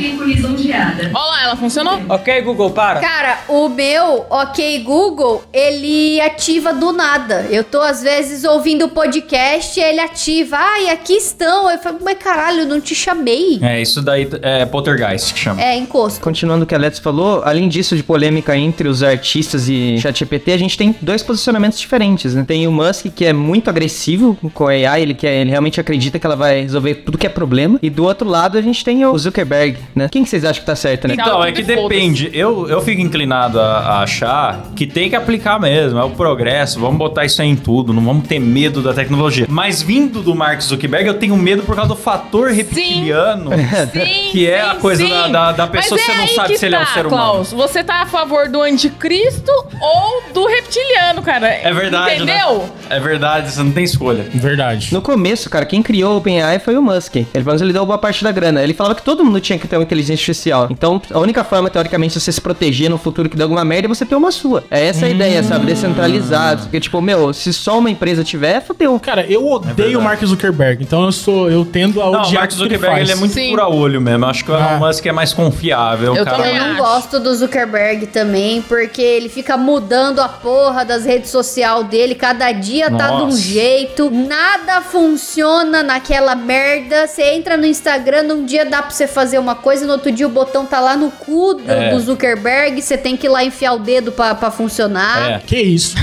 C: Ó lá, ela funcionou.
F: Ok, Google, para.
D: Cara, o meu OK Google, ele ativa do nada. Eu tô, às vezes, ouvindo o podcast e ele ativa. Ai, aqui estão. Eu falo, mas caralho, eu não te chamei.
A: É, isso daí é Poltergeist que chama.
D: É, encosto.
E: Continuando o que a Let's falou, além disso de polêmica entre os artistas e ChatGPT, a gente tem dois posicionamentos diferentes, né? Tem o Musk, que é muito agressivo com a AI, ele, quer, ele realmente acredita que ela vai resolver tudo que é problema. E do outro lado, a gente tem o Zuckerberg, né? Quem que vocês acham que tá certo, né?
A: Então, é que
C: Foda-se.
A: depende. Eu, eu fico inclinado a, a achar que tem que aplicar mesmo. É o progresso. Vamos botar isso aí em tudo. Não vamos ter medo da tecnologia. Mas vindo do Mark Zuckerberg, eu tenho medo por causa do fator reptiliano.
C: Sim,
A: Que é
C: sim,
A: a coisa
C: sim.
A: da- da- da pessoa
C: Mas
A: que você não
C: aí
A: sabe
C: que
A: se ele é um
C: tá,
A: ser humano.
C: Klaus, você tá a favor do anticristo ou do reptiliano, cara.
A: É verdade, né?
C: Entendeu?
A: É verdade, você não tem escolha.
B: Verdade.
E: No começo, cara, quem criou o OpenAI foi o Musk. Ele, pelo menos, ele deu boa parte da grana. Ele falava que todo mundo tinha que ter uma inteligência artificial. Então, a única forma, teoricamente, de você se proteger no futuro que dá alguma merda é você ter uma sua. É essa a ideia, sabe? Descentralizado. Porque, tipo, meu, se só uma empresa tiver, fodeu.
B: Cara, eu odeio
A: É verdade.
B: o Mark Zuckerberg, então eu sou. Eu tendo a
A: Não,
B: odiar
A: o Mark
B: tudo É que
A: Zuckerberg
B: ele,
A: ele é
B: faz.
A: muito
C: Sim.
A: pura olho mesmo. Eu acho que o
B: Ah.
A: Elon Musk é mais confiável.
C: Eu
A: cara.
C: também
D: Eu não
C: acho.
D: gosto do Zuckerberg também, porque ele fica mudando a porra das redes sociais dele. Cada dia tá de um
A: Nossa.
D: jeito. Nada funciona naquela merda. Você entra no Instagram, num dia dá pra você fazer uma coisa, no outro dia o botão tá lá no cu do,
A: É.
D: do Zuckerberg. Você tem que ir lá enfiar o dedo pra, pra funcionar.
A: É.
B: Que isso?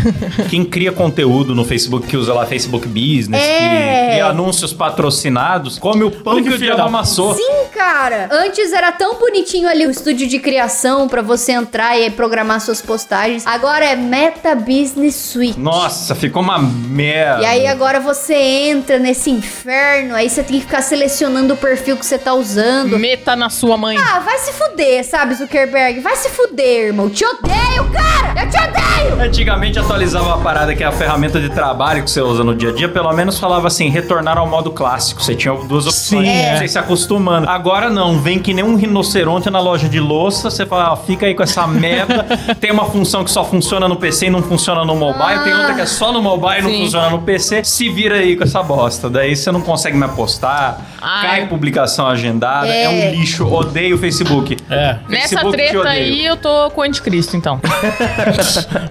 A: Quem cria conteúdo no Facebook, que usa lá Facebook Business,
D: É.
A: que cria anúncios patrocinados, come o pão
B: Olha
A: que,
B: que
A: o
B: filha
A: diabo
B: da-
A: amassou.
D: Sim, cara! Antes era tão bonitinho ali o estúdio de criação pra você entrar e programar suas postagens. Agora é Meta Business Suite.
A: Nossa, ficou uma merda.
D: E aí agora você entra nesse inferno, aí você tem que ficar selecionando o perfil que você tá usando.
C: Meta na sua mãe.
D: Ah, vai se fuder, sabe, Zuckerberg? Vai se fuder, irmão. Te odeio, cara! Eu te odeio!
A: Antigamente atualizava a parada que é a ferramenta de trabalho que você usa no dia a dia, pelo menos falava assim, retornar ao modo clássico. Você tinha duas opções, né?
B: Sim, é.
A: você se acostumando. Agora não, vem que nem um rinoceronte na loja de louça, você fala, "Ah, fica aí com essa merda. tem uma função que só funciona no PC e não funciona no mobile, tem outra que é só no mobile e não
C: Sim.
A: funciona no PC. Se vira aí com essa bosta. Daí você não consegue me apostar,
C: Ai.
A: cai publicação agendada, é.
D: É.
A: um lixo, odeio o Facebook.
B: É.
C: Nessa
A: Facebook te
C: treta
A: odeio.
C: aí, eu tô com o anticristo, então.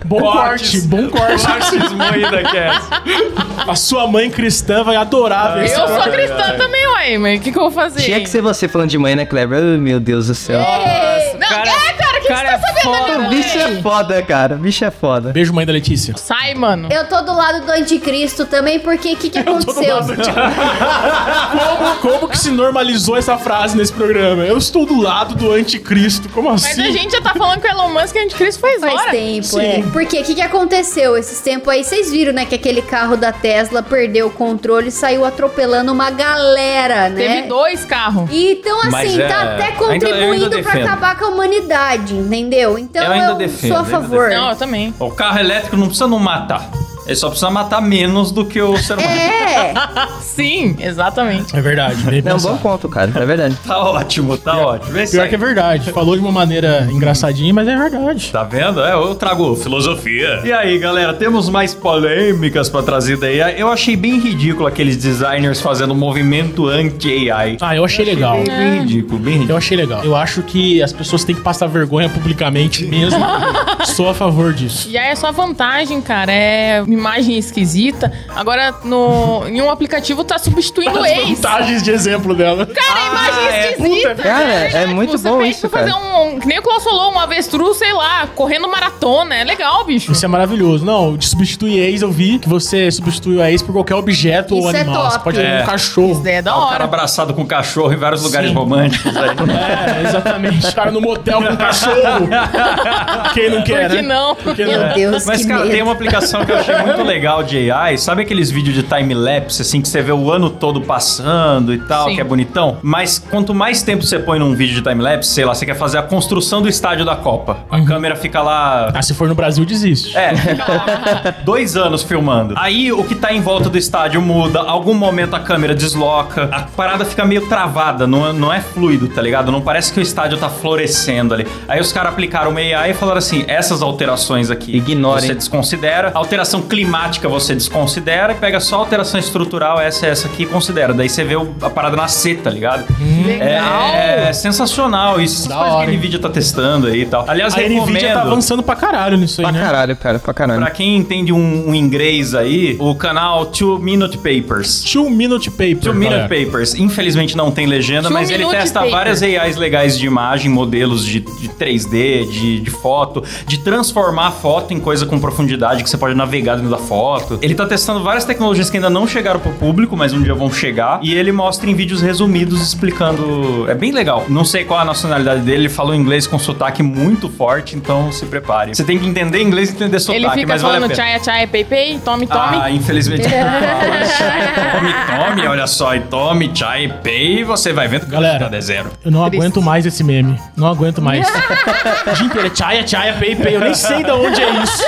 B: Bom corte,
A: Cortes.
B: bom corte.
A: Cortes moída, Cass.
B: A sua mãe cristã vai adorar ver
C: eu
B: esse
C: sou
B: corte.
C: cristã também, ué, mas o que, que eu vou fazer?
E: é Tinha que ser você falando de mãe, né, Kleber? Ai, meu Deus do céu. assim.
C: Não, é, cara, o que
F: cara,
C: você tá
F: é
C: sabendo da
F: foda.
C: minha
E: O
C: mãe?
E: bicho é foda, cara. O bicho é foda.
B: Beijo, mãe da Letícia.
C: Sai, mano.
D: Eu tô do lado do anticristo também, porque o que, que aconteceu?
B: Como, como que se normalizou essa frase nesse programa? Eu estou do lado do anticristo, como
C: Mas
E: É
B: assim?
C: a gente já tá falando que o Elon Musk e o anticristo faz,
D: Faz
C: hora.
D: tempo,
B: Sim.
D: é. Porque o que, que aconteceu esses tempos aí? Vocês viram, né, que aquele carro da Tesla perdeu o controle e saiu atropelando uma galera, né?
C: Teve dois carros.
D: Então,
A: Mas
D: assim,
A: é-
D: tá até
A: ainda- eu ainda
D: contribuindo pra
A: defendo.
D: acabar com a humanidade, entendeu? Então
A: Eu
D: eu,
A: ainda defendo,
D: sou a
A: ainda
D: favor.
C: Não, eu também.
A: O carro elétrico não precisa não matar. Ele só precisa matar menos do que o ser humano.
D: É,
C: Sim, exatamente.
B: É verdade. bem
E: É um
B: pensado.
E: bom ponto, cara. É verdade.
A: Tá ótimo, tá ótimo. É isso
B: Pior
A: aí.
B: que é verdade. Falou de uma maneira engraçadinha, mas é verdade.
A: Tá vendo? É, eu trago filosofia. E aí, galera, temos mais polêmicas pra trazer daí. Eu achei bem ridículo aqueles designers fazendo movimento anti-AI.
B: Ah, eu achei legal.
A: Bem, bem ridículo, bem
B: Eu
A: ridículo.
B: achei legal. Eu acho que as pessoas têm que passar vergonha publicamente mesmo. Sou a favor disso.
C: E aí é só vantagem, cara. É uma imagem esquisita. Agora, no, em um aplicativo tá substituindo o ex.
B: Vantagens de exemplo dela.
C: Cara, a imagem
A: é.
C: esquisita.
E: Ah, Cara, é
C: Tipo,
E: muito
C: você
E: bom
C: pede
E: isso,
C: pra fazer
E: cara.
C: Um, que nem o Klaus falou, um avestruz, sei lá, correndo maratona. É legal, bicho.
B: Isso é maravilhoso. Não, de substituir ex, eu vi que você substituiu a ex por qualquer objeto ou
D: Isso é
B: animal. Você
D: top.
B: pode ter
A: É.
B: um cachorro.
C: Isso daí é da
A: O cara
C: hora.
A: abraçado com o cachorro em vários lugares
B: Sim.
A: românticos aí.
B: É, exatamente. O cara no motel com um cachorro. Quem não quer,
C: Por que
B: né?
C: não?
B: Porque
D: meu Deus,
A: É. Mas,
D: que
A: cara,
D: medo.
A: tem uma aplicação que eu achei muito legal de AI. Sabe aqueles vídeos de time-lapse, assim, que você vê o ano todo passando e tal,
C: Sim.
A: que é bonitão? Mas quanto mais tempo você põe num vídeo de time-lapse, sei lá, você quer fazer a construção do estádio da Copa. A câmera fica lá...
B: Ah, se for no Brasil, desiste.
A: É, fica lá dois anos filmando. Aí o que tá em volta do estádio muda, algum momento a câmera desloca, a parada fica meio travada, não, é- não é fluido, tá ligado? Não parece que o estádio tá florescendo ali. Aí os caras aplicaram uma AI e falaram assim: essas alterações aqui
E: Ignorem.
A: você desconsidera, alteração climática você desconsidera, e pega só a alteração estrutural, essa essa aqui e considera. Daí você vê o- a parada nascer, tá ligado?
C: Legal.
A: É, é sensacional isso. Essas
B: Da
A: coisas que
B: hora,
A: a
B: hein?
A: NVIDIA tá testando aí e tal. Aliás,
B: A Nvidia tá
A: recomendo.
B: avançando pra caralho nisso aí,
E: Pra
B: né?
E: caralho, cara. Pra caralho.
A: Pra quem entende um, um inglês aí, o canal Two Minute Papers.
B: Two Minute Paper.
A: Two Minute
B: galera.
A: Papers. Infelizmente não tem legenda,
C: Two
A: mas ele
C: Minute
A: testa
C: Paper.
A: várias AIs legais de imagem, modelos de, de 3D, de, de foto, de transformar a foto em coisa com profundidade que você pode navegar dentro da foto. Ele tá testando várias tecnologias que ainda não chegaram pro público, mas um dia vão chegar. E ele mostra em vídeos resumidos explicando. É bem legal. Não sei qual a nacionalidade dele, ele falou inglês com sotaque muito forte, então se prepare. Você tem que entender inglês e entender sotaque,
C: Ele fica
A: mas vale a
C: falando
A: pena.
C: tchai, tchai, pei, pei, tome, tome.
A: Ah, infelizmente não fala isso. Tome, tome, olha só. E tome, chai, pay, você vai vendo que
B: Galera.
A: tá de zero.
B: Eu não
C: Triste.
B: aguento mais esse meme. Não aguento mais. O dia inteiro é tchaia, tchaia, pei, pei. Eu nem sei de onde é isso.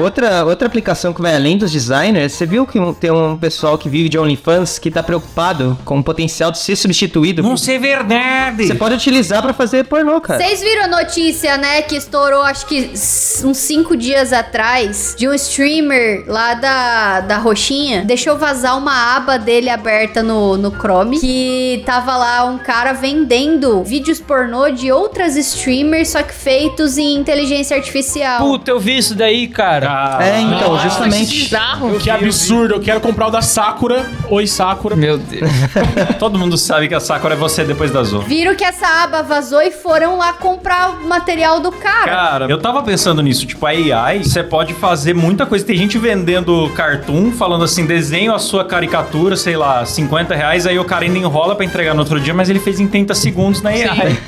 E: Outra, outra aplicação que vai além dos designers, você viu que um- tem um pessoal que vive de OnlyFans que tá preocupado com o potencial de ser substituído?
A: é verdade.
E: Você pode utilizar pra fazer pornô, cara.
D: Vocês viram a notícia, né, que estourou acho que s- uns cinco dias atrás de um streamer lá da, da Roxinha. Deixou vazar uma aba dele aberta no, no Chrome. Que tava lá um cara vendendo vídeos pornô de outras streamers, só que feitos em inteligência artificial.
F: Puta, eu vi isso daí, cara.
E: É, então,
B: Ah,
C: Nossa, que
E: justamente.
C: bizarro.
B: Que absurdo. Eu quero comprar o da Sakura. Oi, Sakura.
F: Meu Deus.
B: tá-
A: Todo mundo sabe que a Sakura é você depois da Zoom.
D: Viram que essa aba vazou e foram lá comprar o material do cara.
A: Cara, eu tava pensando nisso, tipo, a AI, você pode fazer muita coisa. Tem gente vendendo cartoon, falando assim, desenho a sua caricatura, sei lá, 50 reais, aí o cara ainda enrola pra entregar no outro dia, mas ele fez em 30 segundos na AI.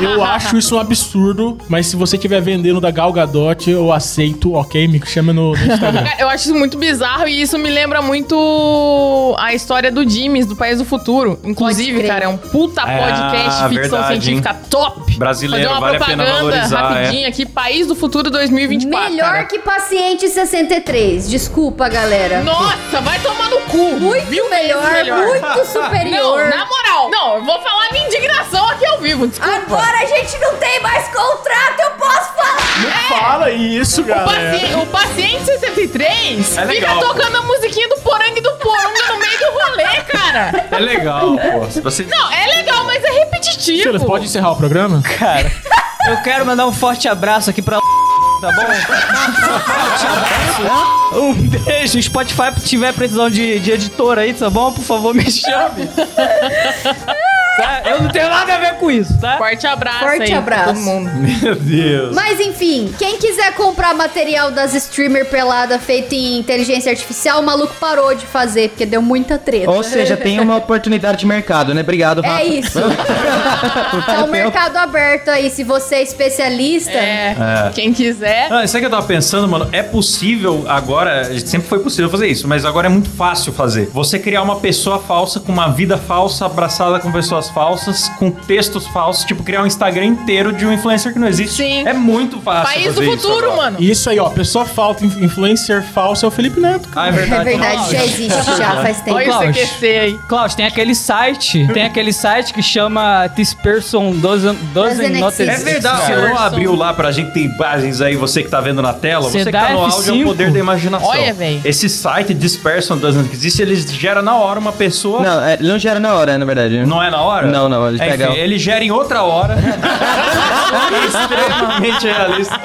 B: Eu acho isso um absurdo. Mas se você estiver vendendo da Gal Gadot, eu aceito, ok? Me chama no, no
A: Tipo-
B: Instagram.
C: Cara, Eu acho isso muito bizarro e isso me lembra muito a história do Dimes, do País do Futuro. Inclusive,
D: crer.
C: cara, é um puta
A: É,
C: podcast ficção
A: verdade, hein?
C: científica top.
A: Brasileiro,
C: Fazer uma
A: vale a pena
C: propaganda
A: valorizar, é.
C: rapidinha aqui, País do Futuro 2024.
D: Melhor
C: cara.
D: que paciente 63. Desculpa, galera.
C: Nossa, vai tomar no cu.
D: Muito
C: Mil vezes
D: melhor, muito
C: Não,
D: superior.
C: na moral. Não, eu vou falar minha indignação aqui ao vivo, desculpa.
D: Agora a gente não tem mais contrato, eu posso falar!
B: Fala isso,
C: O paciente, o paciente 63
A: É
C: fica
A: legal, pô.
C: tocando a musiquinha do Porangue e do Poronga no meio do rolê, cara.
A: é legal, pô. Se Você...
C: Não, é legal, mas é repetitivo.
B: Silas, pode encerrar o programa?
F: Cara, eu quero mandar um forte abraço aqui pra. Tá bom? Um beijo. O Spotify se tiver precisão de, de editor aí, tá bom? Por favor, me chame. Tá? Eu não tenho nada a ver com isso, tá?
C: Forte abraço
D: Forte
C: aí pra
D: abraço.
C: todo mundo. né?
A: Meu Deus.
D: Mas enfim, quem quiser comprar material das streamer pelada feito em inteligência artificial, o maluco parou de fazer, porque deu muita treta.
E: Ou seja, tem uma oportunidade de mercado, né? Obrigado, Rafa.
D: É isso. tá o mercado aberto aí, se você é especialista.
C: É, quem quiser.
A: Ah, sabe o que eu tava pensando, mano? É possível agora, sempre foi possível fazer isso, mas agora é muito fácil fazer. Você criar uma pessoa falsa com uma vida falsa abraçada com pessoas falsas com textos falsos, tipo criar um Instagram inteiro de um influencer que não existe.
C: Sim.
A: É muito fácil.
C: País do
A: fazer isso
C: futuro,
A: agora.
C: mano.
B: E isso aí, ó, pessoa falta, inf- influencer falso é o Felipe Neto.
A: Ah, é verdade.
D: É verdade, já existe, já faz tempo.
C: Olha o
F: Klaus.
C: CQC aí.
F: Klaus, tem aquele site, tem aquele site que chama This Person Doesn't, doesn't
D: Doesn't
F: Not
D: exist.
A: É verdade,
F: Exist.
A: você não
C: Person.
A: abriu lá pra gente ter imagens aí, você que tá vendo na tela, você,
F: Você
A: que tá
F: dá
A: no áudio, é o
F: F5.
A: poder da imaginação.
C: Olha, véi.
A: Esse site Dispersion Doesn't Exist, ele gera na hora uma pessoa. Não.
E: Não, é, não gera na hora, na verdade.
A: é na hora?
E: Não, não, ele
A: É,
E: pega-
A: Enfim, ele gera em outra hora. extremamente realista.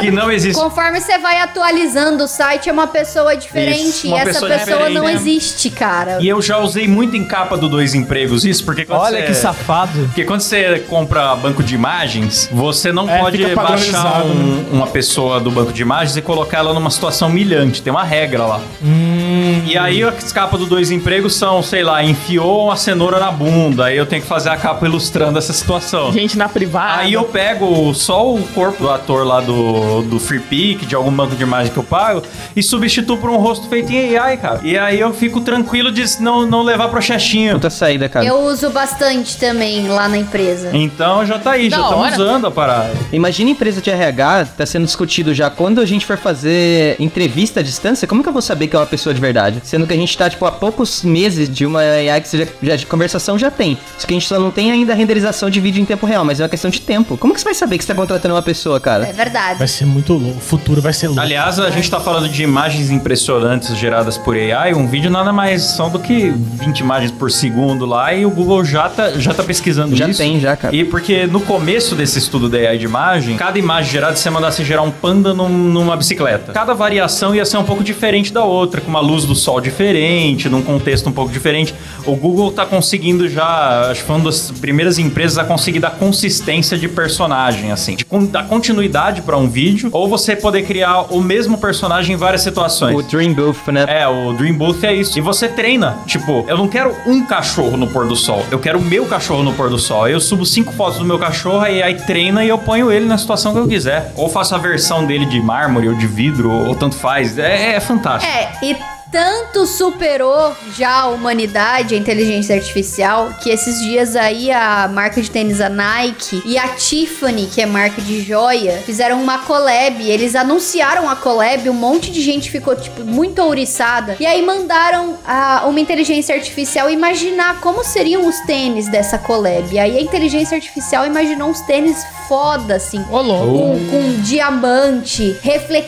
A: Que não existe.
D: Conforme você vai atualizando o site, é uma pessoa diferente.
A: Isso, uma
D: e essa
A: pessoa
D: pessoa,
A: diferente,
D: não
A: né?
D: existe, cara.
A: E eu já usei muito em capa do Dois Empregos isso, porque quando
F: Olha
A: você-
F: que safado.
A: Porque quando você compra banco de imagens, você não
B: É,
A: pode
B: fica
A: baixar
B: padronizado, né?
A: um- uma pessoa do banco de imagens e colocar ela numa situação humilhante. Tem uma regra lá.
B: Hum.
A: E aí as capas do dois empregos são, sei lá, enfiou uma cenoura na bunda. Aí eu tenho que fazer a capa ilustrando essa situação.
C: Gente na privada.
A: Aí eu pego só o corpo do ator lá do, do Free Pick, de algum banco de imagem que eu pago, e substituo por um rosto feito em AI, cara. E aí eu fico tranquilo de não, não levar pro chechinho.
E: Puta tá saída,
A: é.
E: cara.
D: Eu uso bastante também lá na empresa.
A: Então já tá aí, já
C: Da
A: estão
C: hora.
A: usando a parada.
E: Imagina a empresa de RH, tá sendo discutido já. Quando a gente for fazer entrevista à distância, como que eu vou saber que é uma pessoa de verdade? Sendo que a gente tá, tipo, há poucos meses de uma AI que seja já de conversação já tem. Só que a gente só não tem ainda a renderização de vídeo em tempo real, mas é uma questão de tempo. Como que você vai saber que você tá contratando uma pessoa,
D: É
E: cara?
D: verdade.
B: Vai ser muito louco. O futuro vai ser louco.
A: Aliás, a gente tá falando de imagens impressionantes geradas por AI. Um vídeo nada mais são do que 20 imagens por segundo lá e o Google já tá, já tá pesquisando
E: Já
A: isso.
E: tem, já, cara.
A: E porque no começo desse estudo da AI de imagem, cada imagem gerada você mandasse gerar um panda num- numa bicicleta. Cada variação ia ser um pouco diferente da outra, com uma luz do sol diferente, num contexto um pouco diferente. O Google tá conseguindo já, acho que foi uma das primeiras empresas a conseguir dar consistência de personagem, assim, de con- dar continuidade pra um vídeo, ou você poder criar o mesmo personagem em várias situações.
E: O Dream Booth, né?
A: É, o Dream Booth é isso. E você treina. Tipo, eu não quero um cachorro no pôr do sol. Eu quero o meu cachorro no pôr do sol. Aí Eu subo cinco fotos do meu cachorro e aí treina e eu ponho ele na situação que eu quiser. Ou faço a versão dele de mármore ou de vidro, ou, ou tanto faz. É, é fantástico.
D: É, e tanto superou já a humanidade, a inteligência artificial, que esses dias aí a marca de tênis, a Nike, e a Tiffany, que é marca de joia, fizeram uma collab. Eles anunciaram a collab, um monte de gente ficou, tipo, muito ouriçada. E aí mandaram a, uma inteligência artificial imaginar como seriam os tênis dessa collab. E aí a inteligência artificial imaginou uns tênis foda, assim,
C: Ô, louco.
D: com, com diamante,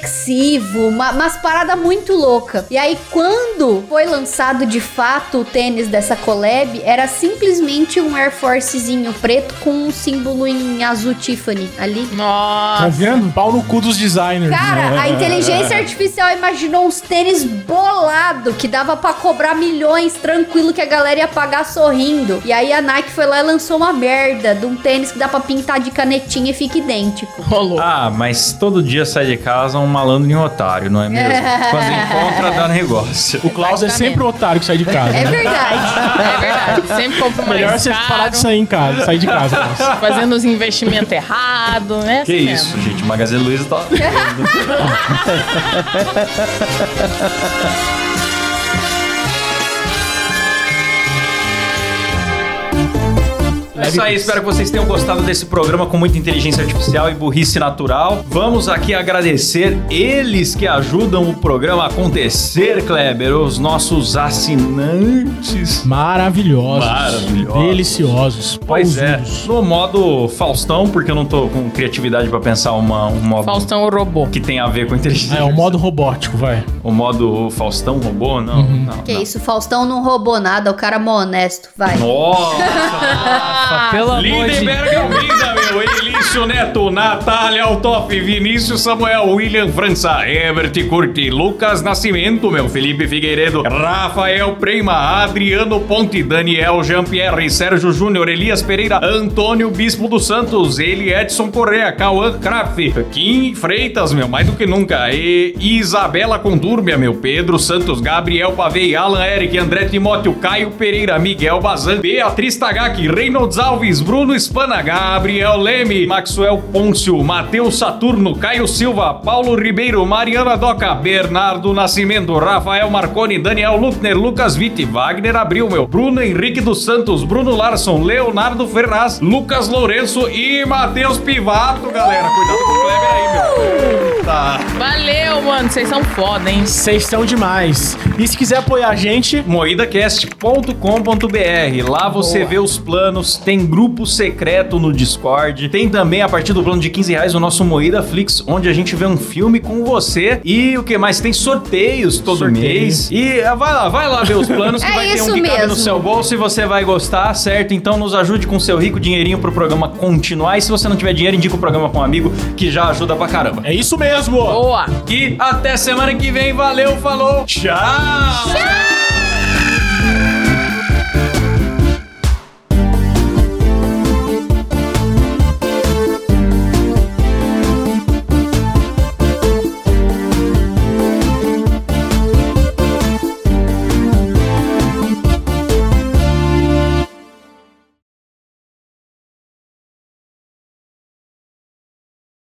D: reflexivo, uma, umas paradas muito louca. E aí, quando foi lançado de fato o tênis dessa collab, era simplesmente um Air Forcezinho preto com um símbolo em azul Tiffany ali.
B: Tá
C: Nossa.
B: vendo? Pau no cu dos designers. É,
D: Cara, a inteligência artificial imaginou uns tênis bolado que dava pra cobrar milhões tranquilo que a galera ia pagar sorrindo. E aí a Nike foi lá e lançou uma merda de um tênis que dá pra pintar de canetinha e fica idêntico.
C: Ô, louco.
A: Ah, mas todo dia sai de casa um malandro e um otário, não é mesmo? Quando encontra, dá negócio.
B: O Klaus é sempre o otário que sai de casa.
D: É
B: né?
A: Ah.
D: verdade.
C: É verdade. Sempre compro mais
B: Melhor
C: caro,
B: você parar de sair em casa, sair de casa. Klaus.
C: fazendo os investimentos errados, né?
A: Que
C: Assim
A: isso, gente. Magazine Luiza tá... É isso aí, espero que vocês tenham gostado desse programa com muita inteligência artificial e burrice natural. Vamos aqui agradecer eles que ajudam o programa a acontecer, Kleber, os nossos assinantes.
B: Maravilhosos.
A: Maravilhosos.
B: Deliciosos.
A: Pois é,
B: pausudos.
A: no modo Faustão, porque eu não tô com criatividade pra pensar uma, um modo
C: Faustão é o robô.
A: que tem a ver com inteligência.
B: É, o modo robótico, vai.
A: O modo Faustão robô? Não,
B: Uhum.
A: não.
D: Que
A: não.
D: isso, Faustão não roubou nada, o cara é mó honesto, vai.
A: Nossa!
F: Pelo amor de
A: Lindenberg Almeida, meu, Elício Neto, Natália Altoff, Vinícius Samuel, William França, Ebert Curti, Lucas Nascimento, meu, Felipe Figueiredo, Rafael Prema, Adriano Ponte, Daniel Jean-Pierre, Sérgio Júnior, Elias Pereira, Antônio Bispo dos Santos, ele Edson Correa, Cauã Kraft, Kim Freitas, meu, mais do que nunca, e Isabela Condúrbia, meu, Pedro Santos, Gabriel Pavei, Alan Eric, André Timóteo, Caio Pereira, Miguel Bazan, Beatriz Tagaki, Reynolds Alves, Bruno Espana, Gabriel Leme, Maxwell Pôncio, Matheus Saturno, Caio Silva, Paulo Ribeiro, Mariana Doca, Bernardo Nascimento, Rafael Marconi, Daniel Lutner, Lucas Vitti, Wagner Abril, meu, Bruno Henrique dos Santos, Bruno Larson, Leonardo Ferraz, Lucas Lourenço e Matheus Pivato, galera. Cuidado com o Kleber aí, meu. Eita.
C: Valeu, mano. Vocês são foda, hein?
B: Vocês são demais. E se quiser apoiar a gente,
A: moidacast.com.br. Lá você vê os planos, tem grupo secreto no Discord, tem também a partir do plano de 15 reais o nosso Moída Flix, onde a gente vê um filme com você e o que mais? Tem sorteios todo mês. E ah, vai lá, vai lá ver os planos que
D: É
A: vai ter um
D: isso
A: que cabe no
D: mesmo.
A: seu bolso e você vai gostar, certo? Então nos ajude com seu rico dinheirinho pro programa continuar. E se você não tiver dinheiro, indica o programa pra um amigo que já ajuda pra caramba.
B: é isso mesmo.
C: Boa.
A: E até semana que vem, valeu, falou! Tchau!